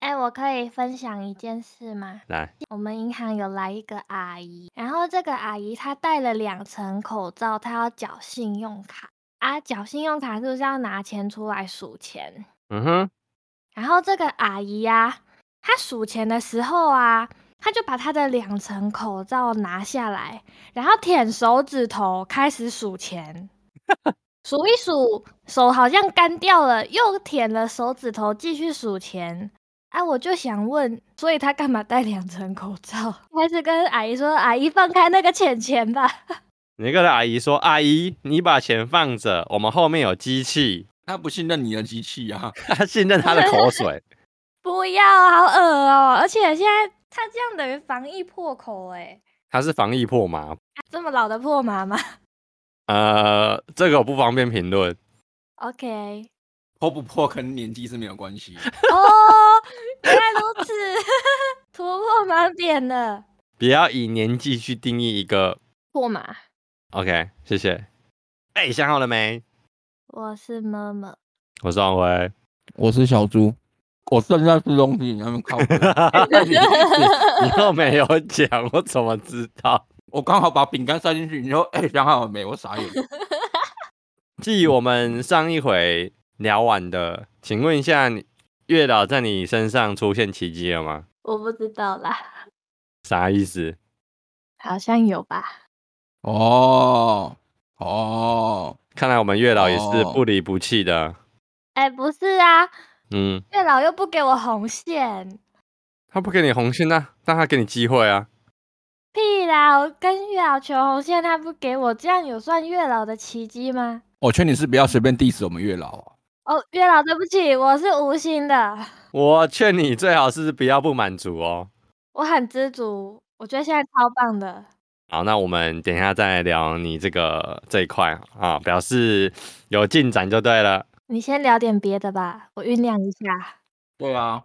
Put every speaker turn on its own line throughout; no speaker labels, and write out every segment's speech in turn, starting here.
哎我可以分享一件事吗？
来，
我们银行有来一个阿姨，然后这个阿姨她戴了两层口罩，她要缴信用卡啊，缴信用卡是不是要拿钱出来数钱？
嗯哼，
然后这个阿姨呀、她数钱的时候啊，她就把她的两层口罩拿下来，然后舔手指头开始数钱，数一数，手好像干掉了，又舔了手指头继续数钱。啊，我就想问，所以她干嘛戴两层口罩？还是跟阿姨说，阿姨放开那个钱钱吧。
你跟阿姨说，阿姨，你把钱放着，我们后面有机器。
他不信任你的机器啊，
他信任他的口水，
不要，好恶哦、而且现在她这样等于防疫破口哎、
他是防疫破吗？
这么老的破麻吗
呃，这个我不方便评论。
？OK，
破不破跟年纪是没有关系的。
哦，原来如此，突破盲点了。
不要以年纪去定义一个。
破马，
OK，谢谢。哎、想好了没？
我是妈妈。
我是王辉。
我是小猪，我正在吃东西，你还没靠 谱
你你又没有讲，我怎么知道？
我刚好把饼干塞进去，你说哎、想好了没？我傻眼。
继我们上一回聊完的，请问一下，你月老在你身上出现奇迹了吗？
我不知道啦，
啥意思？
好像有吧？
哦哦，
看来我们月老也是
哦
不离不弃的。
哎、不是啊，
嗯，
月老又不给我红线，
他不给你红线啊，但他给你机会啊。
屁啦！我跟月老求红线，他不给我，这样有算月老的奇迹吗？
我劝你是不要随便 diss 我们月老啊。
哦，月老，对不起，我是无心的，
我劝你最好是不要不满足哦。
我很知足，我觉得现在超棒的。
好，那我们等一下再聊你这个这一块啊，表示有进展就对了。
你先聊点别的吧，我酝酿一下。
对啊，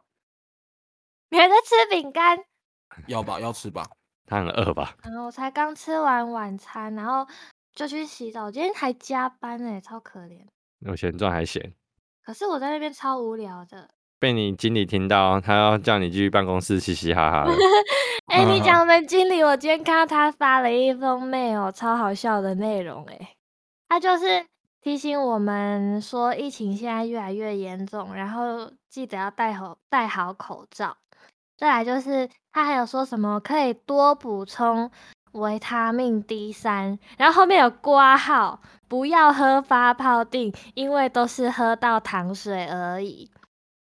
你还在吃饼干？
要吧，要吃吧。
他很饿吧？
然后我才刚吃完晚餐，然后就去洗澡。今天还加班呢、超可怜。
有钱赚还闲，
可是我在那边超无聊的。
被你经理听到，他要叫你去办公室嘻嘻哈 哈的。
哎、你
啊
讲我们经理，我今天看到他发了一封 mail，超好笑的内容哎、他就是提醒我们说疫情现在越来越严重，然后记得要戴好戴好口罩。再来就是他还有说什么可以多补充维他命 D 三，然后后面有挂号，不要喝发泡定，因为都是喝到糖水而已。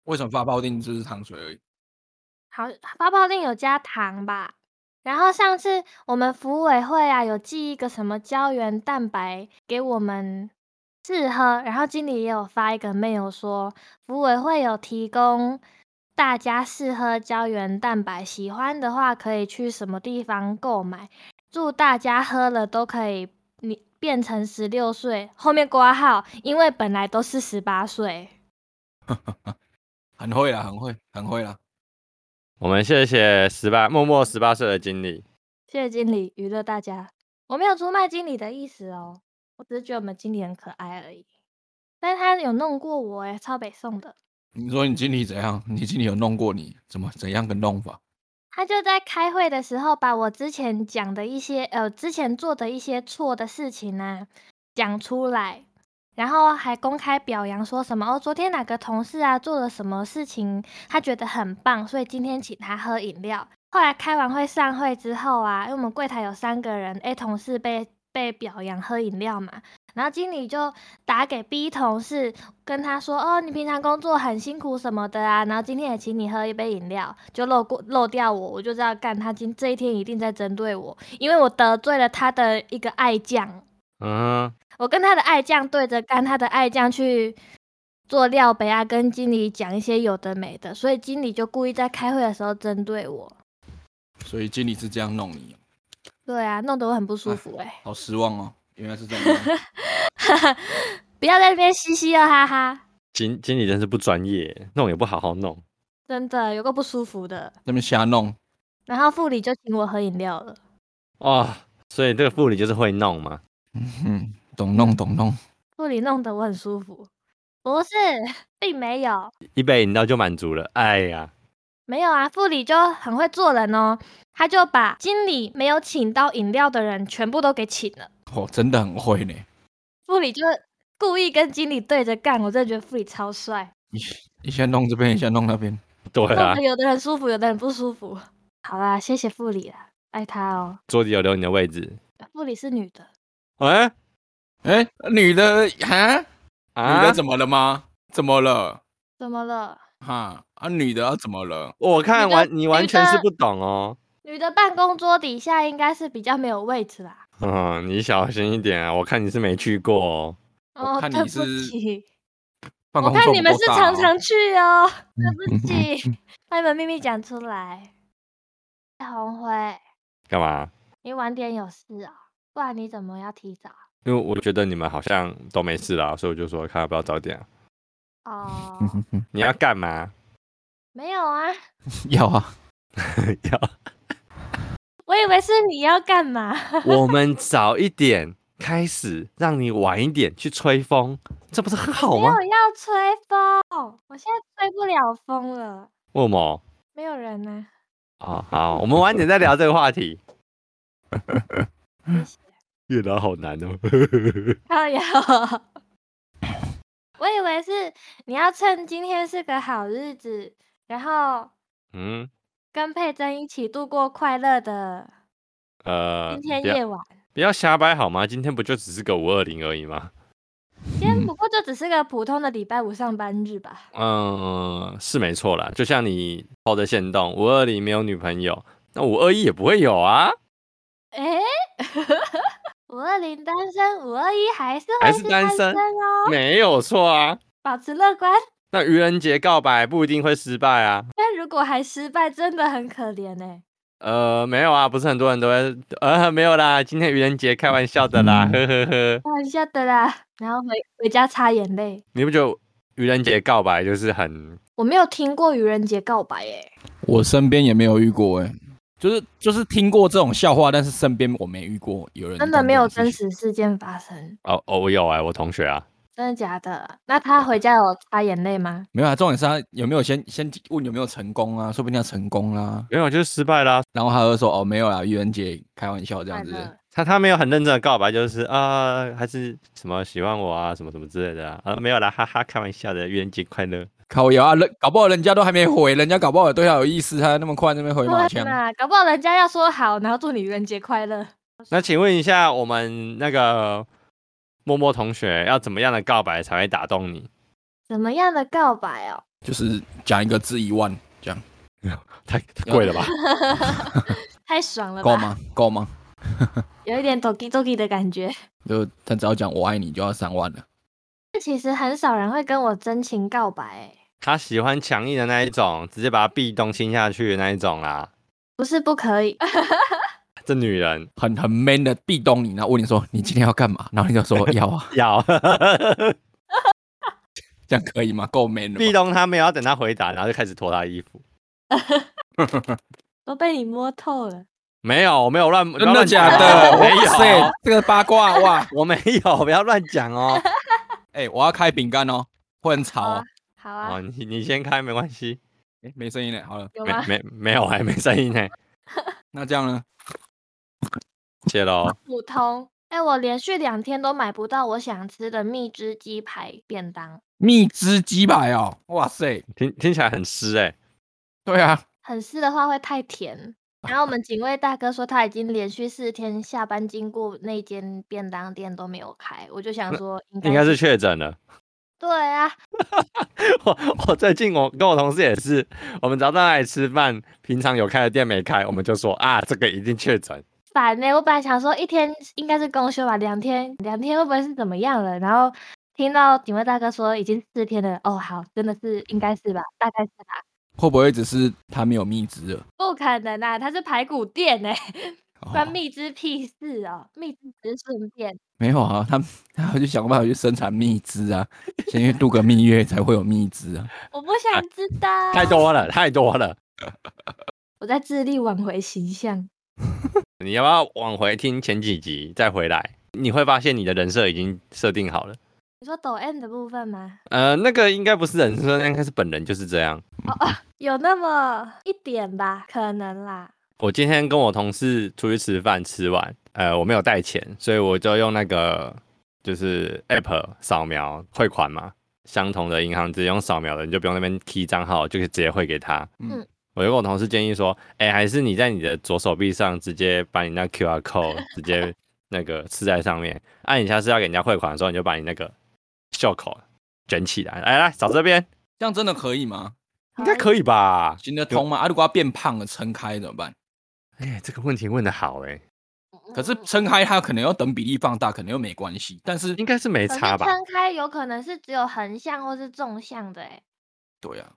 为什么发泡定就是糖水而已？
好，发泡定有加糖吧？然后上次我们服委会啊有寄一个什么胶原蛋白给我们试喝，然后经理也有发一个 mail 说，服委会有提供大家试喝胶原蛋白，喜欢的话可以去什么地方购买。祝大家喝了都可以你变成十六岁，后面挂号，因为本来都是十八岁。
很会啦，很会，很会啦。
我们谢谢十八默默十八岁的经理。
谢谢经理娱乐大家，我没有出卖经理的意思哦，我只是觉得我们经理很可爱而已。但是他有弄过我哎，超北宋的。
你说你经理怎样？你经理有弄过你？怎么怎样个弄法？
他就在开会的时候，把我之前讲的一些呃，之前做的一些错的事情呢、讲出来，然后还公开表扬说什么哦，昨天哪个同事啊做了什么事情，他觉得很棒，所以今天请他喝饮料。后来开完会散会之后啊，因为我们柜台有三个人，A 同事被被表扬喝饮料嘛，然后经理就打给 B 同事，跟他说：“哦，你平常工作很辛苦什么的啊，然后今天也请你喝一杯饮料。”就漏过漏掉我，我就知道干他今这一天一定在针对我，因为我得罪了他的一个爱将，
嗯哼，
我跟他的爱将对着干，他的爱将去做料杯啊，跟经理讲一些有的没的，所以经理就故意在开会的时候针对我。
所以经理是这样弄你哦，
对啊，弄得我很不舒服哎、
好失望哦。原来是这样弄。
不要在那边嘻嘻啊哈哈，
经经理真是不专业，弄也不好好弄。
真的有个不舒服的。
那边瞎弄，
然后副理就请我喝饮料了。
哦，所以这个副理就是会弄嘛。
嗯，懂弄懂弄。
助理弄得我很舒服。不是，并没有。
一杯饮料就满足了。哎呀，
没有啊，副理就很会做人哦，他就把经理没有请到饮料的人全部都给请了。
哦，真的很会呢。
副理就故意跟经理对着干，我真的觉得副理超帅，
一下弄这边，一下弄那边，
对
弄
啊
得，有的人舒服，有的人不舒服。好啦，谢谢副理啦，爱他哦。
桌子有留你的位置。
副理是女的，
哎、
哎、女的啊，女
啊
的，怎么了吗？怎么了？
怎么了？
哈啊，女的要怎么了？
我看
女的
完你完
女
全是
的
不懂哦。
女的办公桌底下应该是比较没有位置啦。
嗯，你小心一点啊！我看你是没去过哦。
哦，
看
对
你
不
是
起，
办
我
公
看
桌
你
不
们
够
是
大
常
哦
常去哦，对
嗯
不
嗯
起，把你们秘密讲出来。红辉，
干嘛？
你晚点有事啊、不然你怎么要提早？
因为我觉得你们好像都没事啦，所以我就说看要不要早点啊、
哦，
嗯
你要干嘛？
没有啊，
要啊，
要
我以为是你要干嘛？
我们早一点开始，让你晚一点去吹风，这不是很好
没有？
吗
要吹风，我现在吹不了风了，
为什么？
没有人啊呢、
哦，好，我们晚点再聊这个话题。
谢谢。
越聊好难哦。
靠呀！ 我以为是你要趁今天是个好日子，然后
嗯，
跟佩珍一起度过快乐的
呃
今，天
不要
夜晚。
不要瞎掰好吗？今天不就只是个五二零而已吗？
今天不过就只是个普通的礼拜五上班日吧。
嗯，是没错啦。就像你抛的线动，五二零没有女朋友，那五二一也不会有啊，
诶， 五二零单身，五二一还是
还
会
是单
单
身
哦，
没有错啊。
保持乐观。
那愚人节告白不一定会失败啊。
但如果还失败，真的很可怜哎、
呃，没有啊，不是很多人都会，呃，没有啦，今天愚人节开玩笑的啦，呵呵呵。
开玩笑的啦。然后回回家擦眼泪。
你不觉得愚人节告白就是很
我没有听过愚人节告白哎、
我身边也没有遇过哎、就是就是听过这种笑话，但是身边我没遇过有人
真的没有真
实。
实事件发生，
哦哦，我有哎、我同学啊，
真的假的？那他回家有擦眼泪吗？
没有啊，重点是他有没有先先问有没有成功啊？说不定他成功啦、
没有就是失败啦。
然后他就说哦没有啦，愚人节开玩笑这样
快
子。
乐
他他没有很认真的告白，就是啊、还是什么喜欢我啊，什么什么之类的啊，啊没有啦，哈哈，开玩笑的，愚人节快乐。
靠谣啊，人搞不好人家都还没回，人家搞不好对他有意思，他那么快那边 回马
对
枪。
嘛，搞不好人家要说好，然后祝你愚人节快乐。
那请问一下，我们那个默默同学要怎么样的告白才会打动你？
怎么样的告白哦？
就是讲一个字一万，这样
太太贵了 吧？
太爽了
够
吧？
吗？够吗？
有一点 doki doki 的感觉。
就他只要讲我爱你就要三万了。
但其实很少人会跟我真情告白欸、
他喜欢强硬的那一种，直接把他壁咚亲下去的那一种啦。
不是不可以，
这女人
很很 man 的壁咚你，然后问你说你今天要干嘛，然后你就说要 啊，
要
这样可以吗？够 man
壁
了吧？
咚他，没有要等他回答，然后就开始脱他衣服。
都被你摸透了。
没有，我没有乱，
真的假
的？
的？
没
哇塞
有，，
这个八卦哇！
我没有，不要乱讲哦。
哎、我要开饼干哦，会很吵
好啊
哦。
好啊，
哦，你你先开没关系，
哎、没声音了，好了，
有吗？
没没没有，啊还没声音呢，
那这样呢？
谢喽。
普通。哎、我连续两天都买不到我想吃的蜜汁鸡排便当，
蜜汁鸡排哦，哇塞，
听听起来很湿哎、
对啊，
很湿的话会太甜。然后我们警卫大哥说他已经连续四天下班经过那间便当店都没有开，我就想说应该
应该是确诊了。
对啊，
我我最近我跟我同事也是，我们早上来吃饭，平常有开的店没开，我们就说啊，这个一定确诊。
烦欸呢、我本来想说一天应该是公休吧，两天两天会不会是怎么样了？然后听到警卫大哥说已经四天了，哦，好，真的是应该是吧，大概是吧，
会不会只是他没有蜜汁了？
不可能啊，他是排骨店呢、
哦
关蜜汁屁事哦，蜜汁只是顺便。
没有啊，他他要去想办法去生产蜜汁啊，先去度个蜜月才会有蜜汁啊。
我不想知道，
太多了，太多了。
我在致力挽回形象。
你要不要往回听前几集再回来？你会发现你的人设已经设定好了。
你说抖 M 的部分吗？
呃，那个应该不是人说，那应该是本人就是这样。
有那么一点吧，可能啦。
我今天跟我同事出去吃饭，吃完，呃，我没有带钱，所以我就用那个就是 app 扫描汇款嘛，相同的银行直接用扫描的，你就不用那边 key 账号，就可以直接汇给他。
嗯
我就跟我同事建议说，哎、还是你在你的左手臂上直接把你那 QR code 直接那个刺在上面，按、你下次要给人家汇款的时候，你就把你那个袖口卷起来，哎，来扫这边，
这样真的可以吗？
应该可
以。
以吧？
行得通吗？啊，如果要变胖了撑开怎么办？
哎、这个问题问的好、哎，
可是
嗯
撑开它可能要等比例放大，可能又没关系。但是
应该是没
可是
差吧？
撑开有可能是只有横向或是纵向的、欸，
对啊，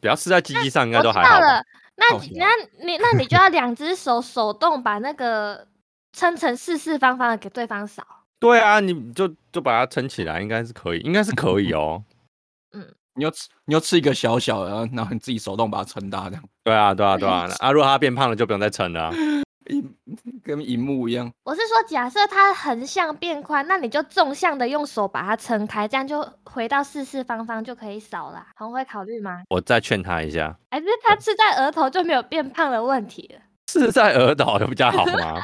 不要刺在鸡鸡上，应该
我
都
知
还好哦
道
吧
了。。那
好
你
吧
那你那 你就要两只手手动把那个撑成四四方方的给对方扫。
对啊，你就就把它撑起来，应该是可以，应该是可以 哦。
你要吃你要吃一个小小的，然后然后你自己手动把它撑大，这样
对啊，对啊，对啊。啊，如果它变胖了，就不用再撑了啊、
跟荧幕一样。
我是说，假设它横向变宽，那你就纵向的用手把它撑开，这样就回到四四方方就可以扫啦。红会考虑吗？
我再劝他一下，
哎，不是，它吃在额头就没有变胖的问题了。
是在耳岛有比较好 吗？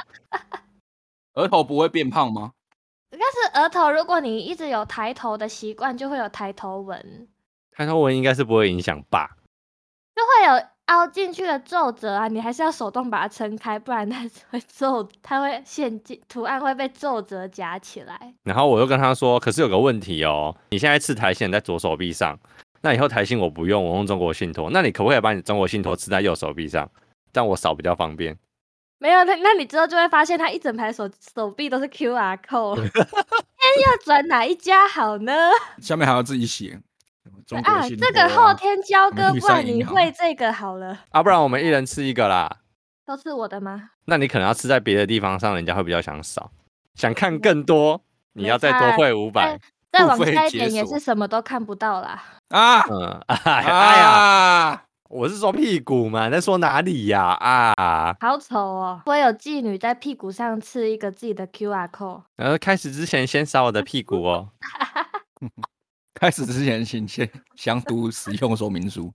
额头不会变胖吗？
但是额头，如果你一直有抬头的习惯，就会有抬头纹，
抬头纹应该是不会影响吧？
就会有凹进去的皱褶啊。你还是要手动把它撑开，不然它是会皱，它会陷进图案会被皱褶夹起来。
然后我又跟他说，可是有个问题哦，你现在刺苔藓在左手臂上，那以后苔藓我不用，我用中国信托，那你可不可以把你中国信托刺在右手臂上，这样我扫比较方便？
没有，那那你之后就会发现，它一整排手手臂都是 QR code，了天要转哪一家好呢？
下面还要自己写。中国
啊，
信
这
托
个后天交
我们
割，
玉
不然
山银
你
行
会这个好了。
啊，不然我们一人刺一个啦。
都是我的吗？
那你可能要吃在别的地方上，人家会比较想扫。想看更多，你要再多汇五百。
再
付
往
费
下一
解
点也
锁
是什么都看不到啦。
啊
嗯， 哎呀，哎呀
啊！
我是说屁股嘛，你在说哪里呀、啊？
好丑哦！我有妓女在屁股上刺一个自己的 QR code，
然后呃开始之前先扫我的屁股哦。
开始之前，请先详读使用说明书。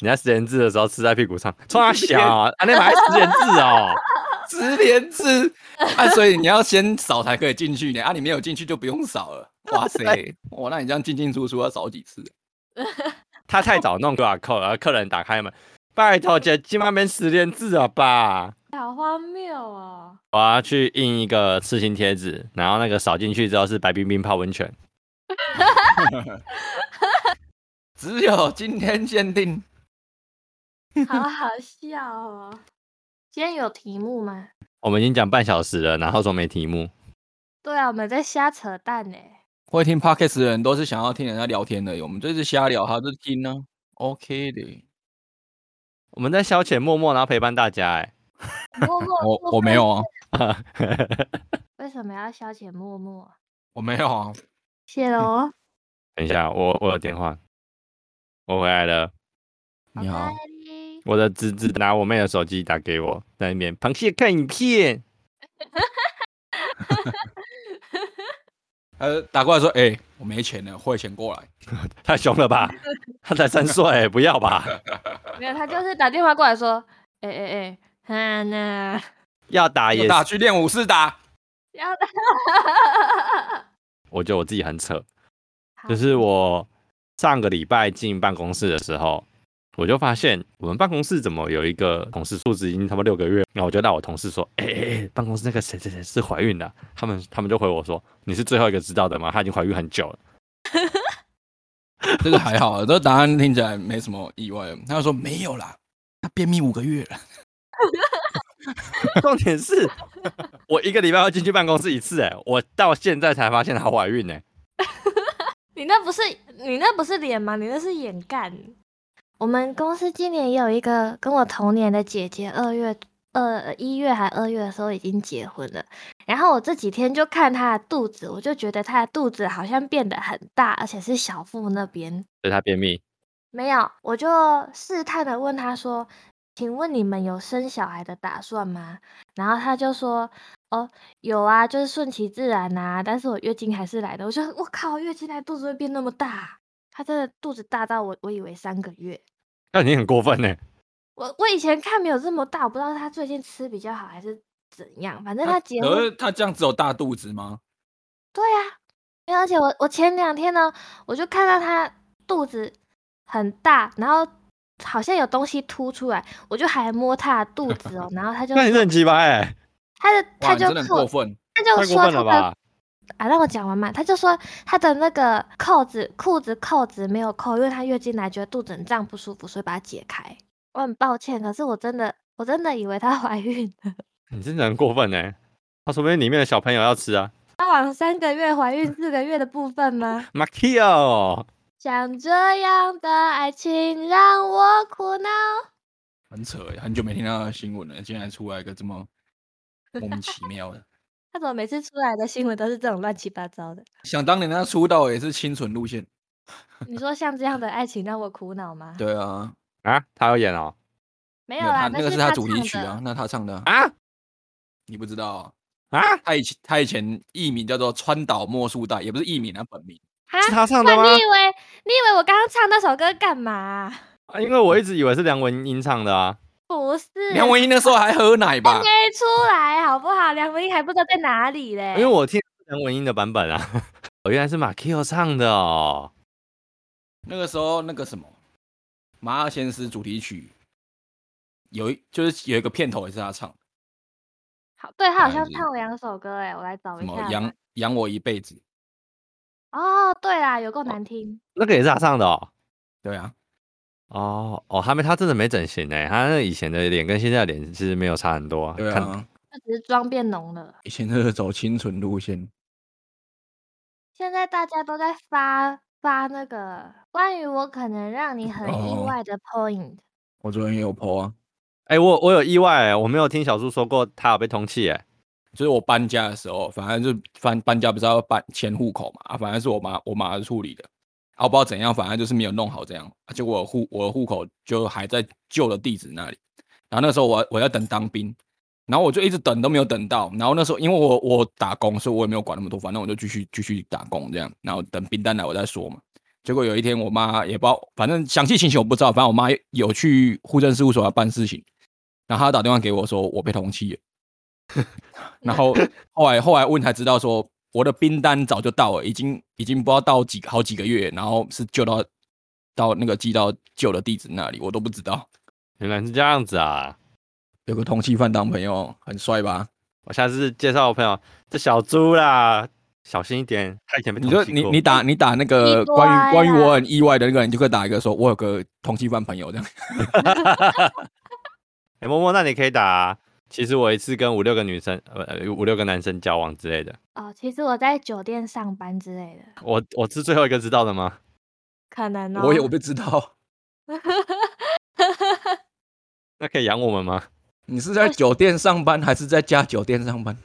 你在十连字的时候吃在屁股上，冲他小啊，啊，那买十连字哦。
十连字啊，所以你要先扫才可以进去呢。啊，你没有进去就不用扫了。哇塞，哇，那你这样进进出出要扫几次？
他太早弄 QR code，然后客人打开门，拜托姐，今晚没十连字了吧？
好荒谬哦！
我要去印一个刺青贴纸，然后那个扫进去之后是白冰冰泡温泉。
只有今天限定。
好好笑哦！今天有题目吗？
我们已经讲半小时了，然后说没题目。
对啊，我们在瞎扯淡呢。
会听 podcast 的人都是想要听人家聊天的，我们这是瞎聊，他就听呢、OK 的，
我们在消遣默默，然后陪伴大家、欸。
默默
我我没，有啊，
为什么要消遣默默？
我没有啊。
谢喽。
等一下，我我有电话，我回来了。
你好，
拜
我的侄子拿我妹的手机打给我，在那边螃蟹看影片。
呃，打过来说，哎、我没钱了，汇钱过来。
太凶了吧？他才三岁、不要吧？
没有，他就是打电话过来说，哎哎哎，哈娜，
要打啊也
有
是
打去练武士打，
要的。
我觉得我自己很扯，
好
就是我上个礼拜进办公室的时候，我就发现我们办公室怎么有一个同事数值已经差不多六个月，然后我就让我同事说，哎、哎、哎，办公室那个谁谁谁是怀孕的啊，他们他们就回我说，你是最后一个知道的吗？她已经怀孕很久了。
这个还好啊，这个答案听起来没什么意外。他就说没有啦，他便秘五个月了。
重点是我一个礼拜要进去办公室一次、哎，我到现在才发现她怀孕呢、
你那不是你那不是脸吗？你那是眼干。我们公司今年也有一个跟我同年的姐姐，二月二一月还二月的时候已经结婚了。然后我这几天就看她的肚子，我就觉得她的肚子好像变得很大，而且是小腹那边
所以她便秘。
没有。我就试探的问她说：“请问你们有生小孩的打算吗？”然后她就说：“有啊，就是顺其自然啊。但是我月经还是来的，我就 我靠，月经来肚子会变那么大？她真的肚子大到我我以为三个月。
那你很过分呢、
我我以前看没有这么大，我不知道她最近吃比较好还是怎样。反正她
他
结
可
婚
是他这样子有大肚子吗？
对呀、啊，因为而且我我前两天呢，我就看到他肚子很大，然后好像有东西凸出来，我就还摸他的肚子哦，然后他就
那你是很鸡巴哎，
他的
哇，
他
你
就
真的很过
扣，
分。
他就
太
说
过
他
分了
的
吧？
啊，让我讲完嘛，他就说他的那个扣子裤子扣子没有扣，因为他月经来觉得肚子很胀不舒服，所以把它解开。我很抱歉，可是我真的我真的以为她怀孕了，
你真的很过分呢、他说不定里面的小朋友要吃啊
她往三个月怀孕四个月的部分吗？
m a k i o
像这样的爱情让我苦恼。
很扯欸，很久没听到他的新闻了，竟然出来一个 这么莫名其妙的。
他怎么每次出来的新闻都是这种乱七八糟的？
想当年他出道也是清纯路线，
你说像这样的爱情让我苦恼吗？
对啊，
啊，他要演哦
没
没
有
有
啦，
他那个
是
他
他
主题
唱
曲
的
啊，。那他唱的啊，
啊
你不知道啊？
啊，
他以前他以前艺名叫做川岛莫树代，也不是艺名啊，本名。
哈
是他唱
那
的吗？
你以为你以为我刚刚唱那首歌干嘛啊、
啊因为我一直以为是梁文音唱的啊，
不是，
梁文音那时候还喝奶吧？
没出来好不好？梁文音还不知道在哪里嘞。
哎
因为我听梁文音的版本啊， 哦，原来是 m a k i o 唱的哦，
那个时候那个什么《麻辣鲜师》主题曲，有一就是有一个片头也是他唱，
好，对他好
还
像
是
唱了两首歌哎，我来找
哎什
一
么
下。
养养我一辈子，
哦，对啦，有够难听。
那个也是他唱的哦。
对啊，
哦哦，他没，他真的没整形哎，他那以前的脸跟现在的脸其实没有差很多、啊。
对
看
啊，
他只是妆变浓了。
以前都是走清纯路线，
现在大家都在发发那个关于我可能让你很意
哦
外的 point。
我昨天也有 PO 啊，
哎、我我有意外、欸，我没有听小猪说过他有被通气哎、
就是我搬家的时候，反正就搬搬家不是要搬迁户口嘛，啊，反正是我妈我妈处理的，啊，我不知道怎样，反正就是没有弄好这样，啊、结果我户我的户口就还在旧的地址那里，然后那时候我我要等当兵，然后我就一直等都没有等到，然后那时候因为我我打工，所以我也没有管那么多，反正我就继续继续打工这样，然后等兵单来我再说嘛。结果有一天我妈也不知道，反正详细情形我不知道，反正我妈有去户政事务所要办事情，然后她打电话给我说我被通缉了。然 后后来后来问才知道说，我的冰单早就到了，已经已经不知道到几好几个月，然后是旧到到那个寄到旧的地址那里，我都不知道。
原来是这样子啊！
有个通缉犯当朋友，很帅吧？
我下次介绍我朋友，这小猪啦，小心一点，他以前被
你
通
就
气
你
过
你打你打那个
意外
关于关于
啊
我很意外的那个，你就可以打一个说，我有个通缉犯朋友这样。
哎、默默，那你可以打啊、其实我一次跟五六个女生，呃，呃五六个男生交往之类的。
哦，其实我在酒店上班之类的，
我我是最后一个知道的吗？
可能哦。
我也我不 知道，
那可以养我们吗？
你是在酒店上班还是在家酒店上班？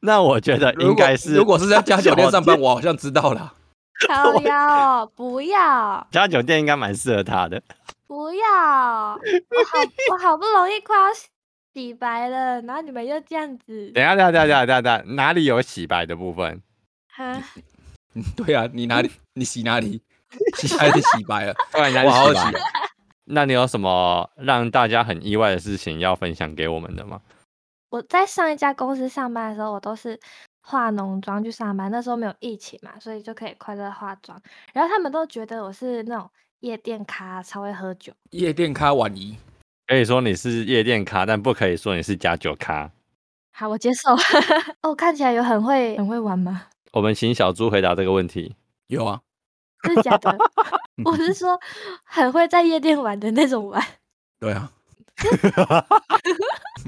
那我觉得
如
呃应
果
该是，
如果是在家酒店上
酒
班，我好像知道哎了。
靠腰哦，不要
家酒店应该蛮适合他的。
不要，我 好我好不容易快要洗白了，然后你们又这样子，
啊
等一下，等一下，等一下，等一下，等一下，哪里有洗白的部分？
哈，
嗯 对啊，你哪里你洗哪里， 洗还是洗白了？
当然，哪
我好
里
奇
洗白？那你有什么让大家很意外的事情要分享给我们的吗？
我在上一家公司上班的时候，我都是化浓妆去上班，那时候没有疫情嘛，所以就可以快乐化妆，然后他们都觉得我是那种夜店咖，超会喝酒。
夜店咖晚怡，
可以说你是夜店咖，但不可以说你是假酒咖。
好，我接受。 哦，看起来有很会很会玩吗？
我们请小猪回答这个问题。
有啊，
是假 的？我是说很会在夜店玩的那种玩。
对啊，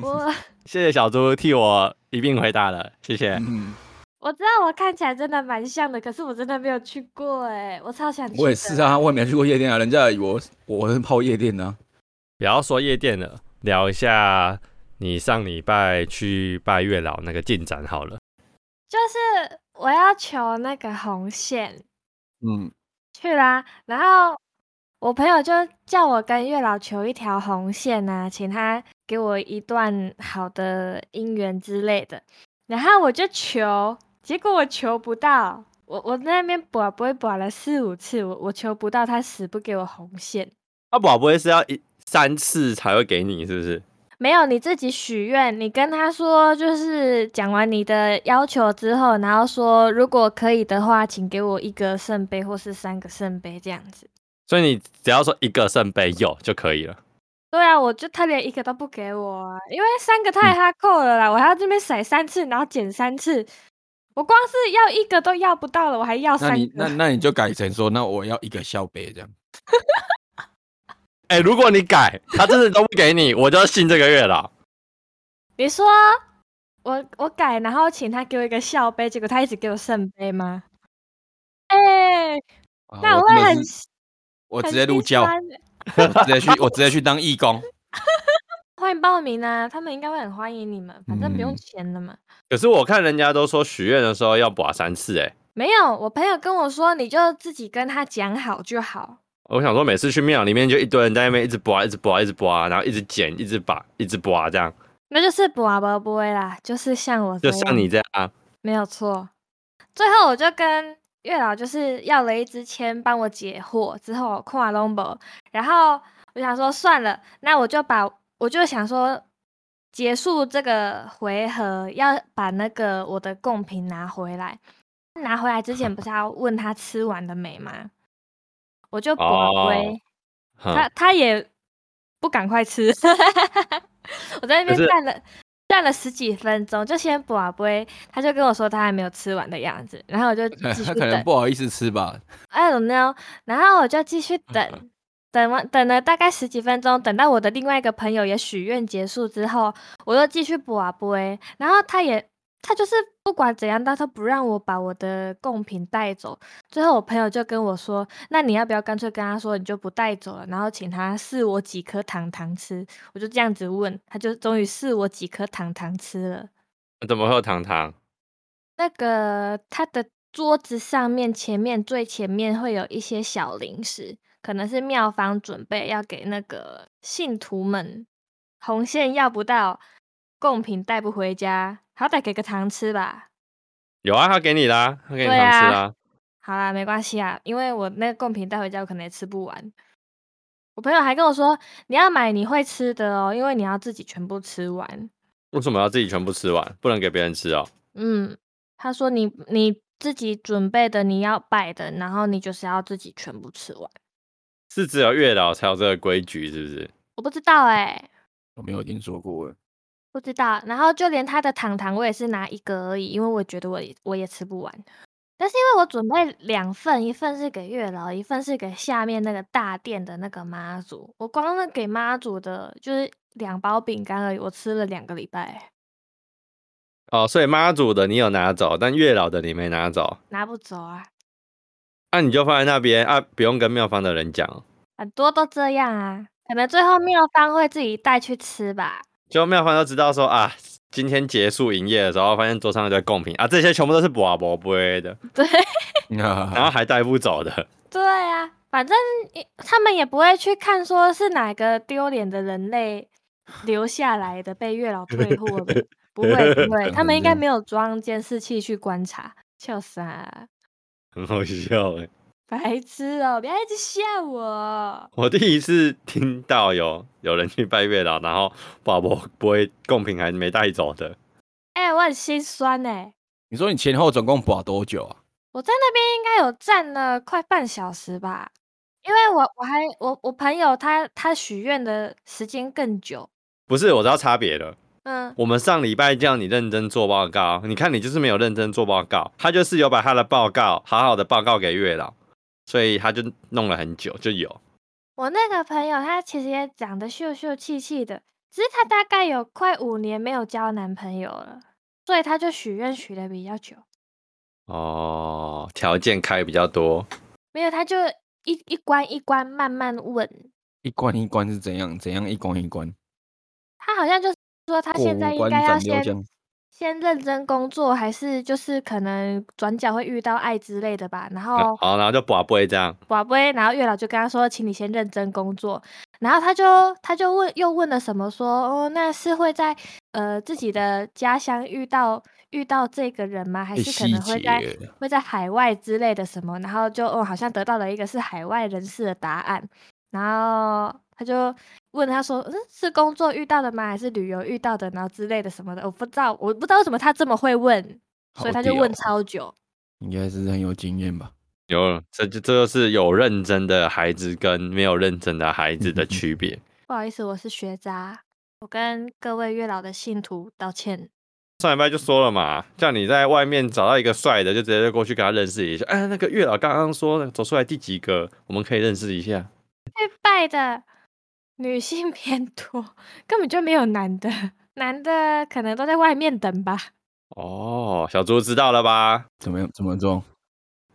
我
谢谢小猪替我一并回答了，谢谢。
嗯，
我知道我看起来真的蛮像的，可是我真的没有去过哎、我超想去。
我也是。啊，我也没去过夜店啊，人家以为我我是泡夜店呢、啊。
不要说夜店了，聊一下你上礼拜去拜月老那个进展好了。
就是我要求那个红线
嗯，
去啦，然后我朋友就叫我跟月老求一条红线啊，请他给我一段好的姻缘之类的。然后我就求，结果我求不到，我我在那边卜不会卜了四五次，我我求不到，他死不给我红线。
阿啊宝不会是要一三次才会给你，是不是？
没有，你自己许愿，你跟他说，就是讲完你的要求之后，然后说如果可以的话，请给我一个圣杯或是三个圣杯这样子。
所以你只要说一个圣杯有就可以了。
对啊，我就他连一个都不给我啊，因为三个
嗯
太哈扣了啦，我还要这边甩三次，然后减三次，我光是要一个都要不到了，我还要
那
三
你那
个。
那你就改成说，那我要一个笑杯这样。
哎、如果你 改，他真的都不给你，我就要信这个月老。
你说我我改，然后请他给我一个笑杯，结果他一直给我圣杯吗？哎、
啊
那
我
会
真的
很
是我
很
直接入
心
教，
酸
我直接去我直接去当 义工。
欢迎报名啊！他们应该会很欢迎你们，反正不用
嗯
钱的嘛。
可是我看人家都说许愿的时候要刮三次、哎，
没有，我朋友跟我说，你就自己跟他讲好就好。
我想说每次去庙里面就一堆人在那边一直啊刮，一直刮，一直刮，然后一直剪，一直拔，一直刮，这样
那就是不啊不不会啦，就是像我这
就
样，
像你这样啊。
没有错。最后我就跟月老就是要了一支签帮我解惑，之后我看龙博，然后我想说算了，那我就把我就想说结束这个回合，要把那个我的贡品拿回来。拿回来之前不是要问他吃完了没吗？我就不
哦
回。
哼
他他也不赶快吃，我在那边
可是
站了站了十几分钟，就先补啊不会，他就跟我说他还没有吃完的样子，然后我就继续
他可能
等
不好意思吃吧，
，I don't know，然后我就继续等。等完等了大概十几分钟，等到我的另外一个朋友也许愿结束之后，我又继续补啊补哎，然后他也他就是不管怎样，但他不让我把我的贡品带走，最后我朋友就跟我说：“那你要不要干脆跟他说你就不带走了，然后请他试我几颗糖糖吃？”我就这样子问，他就终于试我几颗糖糖吃了。
怎么会有糖糖？
那个他的桌子上面前面最前面会有一些小零食，可能是妙方准备要给那个信徒们，红线要不到，贡品带不回家，好歹给个糖吃吧。
有啊，他给你啦，他给你
对
糖吃
啊
啦。
好啦，没关系啊，因为我那个贡品带回家，我可能也吃不完。我朋友还跟我说，你要买你会吃的哦，因为你要自己全部吃完。
为什么要自己全部吃完？不能给别人吃哦。
嗯，他说你你自己准备的，你要摆的，然后你就是要自己全部吃完。
是只有月老才有这个规矩，是不是？
我不知道哎、
我没有听 说过欸。
不知道。然后就连他的糖糖，我也是拿一个而已，因为我觉得我也我也吃不完。但是因为我准备两份，一份是给月老，一份是给下面那个大殿的那个妈祖。我光那给妈祖的，就是两包饼干而已，我吃了两个礼拜，
哦，所以妈祖的你有拿走，但月老的你没拿走，
拿不走啊。
那、你就放在那边啊，不用跟妙方的人讲哦。
很多都这样啊，可能最后妙方会自己带去吃吧。
就妙方都知道说啊，今天结束营业的时候，发现桌上有一堆贡品啊，这些全部都是卜卜杯的，
对
啊
然后还带不走的。
对啊，反正也他们也不会去看说是哪个丢脸的人类留下来的被月老退货的，不会不会，他们应该没有装监视器去观察，笑死啊！
很好笑哎、
白痴哦、不要一直吓我。
我第一次听到有有人去拜月老，然后宝宝不会贡品还没带走的，
哎、我很心酸哎、
你说你前后总共保多久啊？
我在那边应该有站了快半小时吧，因为我我还我我朋友他他许愿的时间更久，
不是我知道差别了。
嗯，
我们上礼拜叫你认真做报告，你看你就是没有认真做报告，他就是有把他的报告好好的报告给月老，所以他就弄了很久就有。
我那个朋友，她其实也长得秀秀气气的，只是她大概有快五年没有交男朋友了，所以她就许愿许的比较久。
哦，条件开比较多，
没有，她就一一关一关慢慢问。
一关一关是怎样？怎样一关一关？
她好像就是说，她
过
现在
五
应
哦关
该要
斩六
先
将。
先认真工作，还是就是可能转角会遇到爱之类的吧？
啊
然
然后
后
好然后就把不会这样，
宝贝，然后月老就跟他说，请你先认真工作。然后他就他就问又问了什么说哦，那是会在呃自己的家乡遇到遇到这个人吗？还
欸
是可
细
能会在
节
会在海外之类的什么？然后就哦，好像得到了一个是海外人士的答案。然后他就问他说：“嗯，是工作遇到的吗？还是旅游遇到的？然后之类的什么的，我不知道，我不知道为什么他这么会问，所以
好
他就
屌
问
哦
超久。
应该是很有经验吧？
有这就这就是有认真的孩子跟没有认真的孩子的区别。
不好意思，我是学渣，我跟各位月老的信徒道歉。
上礼拜就说了嘛，叫你在外面找到一个帅的，就直接就过去跟他认识一下。哎，那个月老刚刚说走出来第几个，我们可以认识一下。
被拜的女性 偏多，根本就没有男的，男的可能都在外面等吧。
哦，小猪知道了吧？
怎么样？怎么做？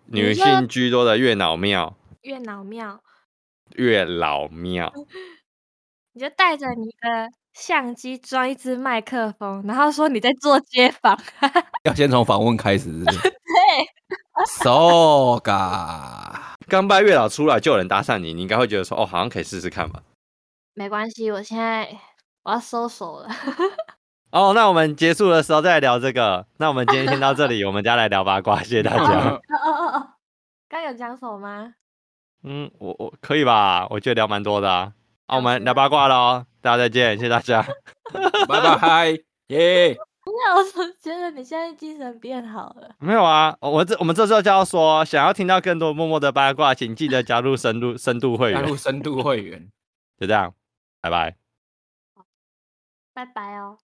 女性居多的月老庙，
月老庙，
月老庙，
你就带着你的相机装一支麦克风，然后说你在做街访。
要先从访问开始是不是？So ga，
刚拜月老出来就有人搭讪你，你应该会觉得说，哦，好像可以试试看吧。
没关系，我现在我要收手了。
哦，那我们结束的时候再聊这个。那我们今天先到这里，我们家来聊八卦，谢谢大 家。
哦哦哦哦，刚有讲什么吗？
嗯，我我可以吧？我觉得聊蛮多的啊。啊，我
好
们
的
聊八卦喽，大家再见，谢谢大家。
拜拜，耶！
那我总觉得你现在精神变好了。
没有啊，我我这我们这时候就要说，想要听到更多默默的八卦，请记得加入深度深度会
加入
员，
深度会员。
就这样，拜拜。
拜拜哦。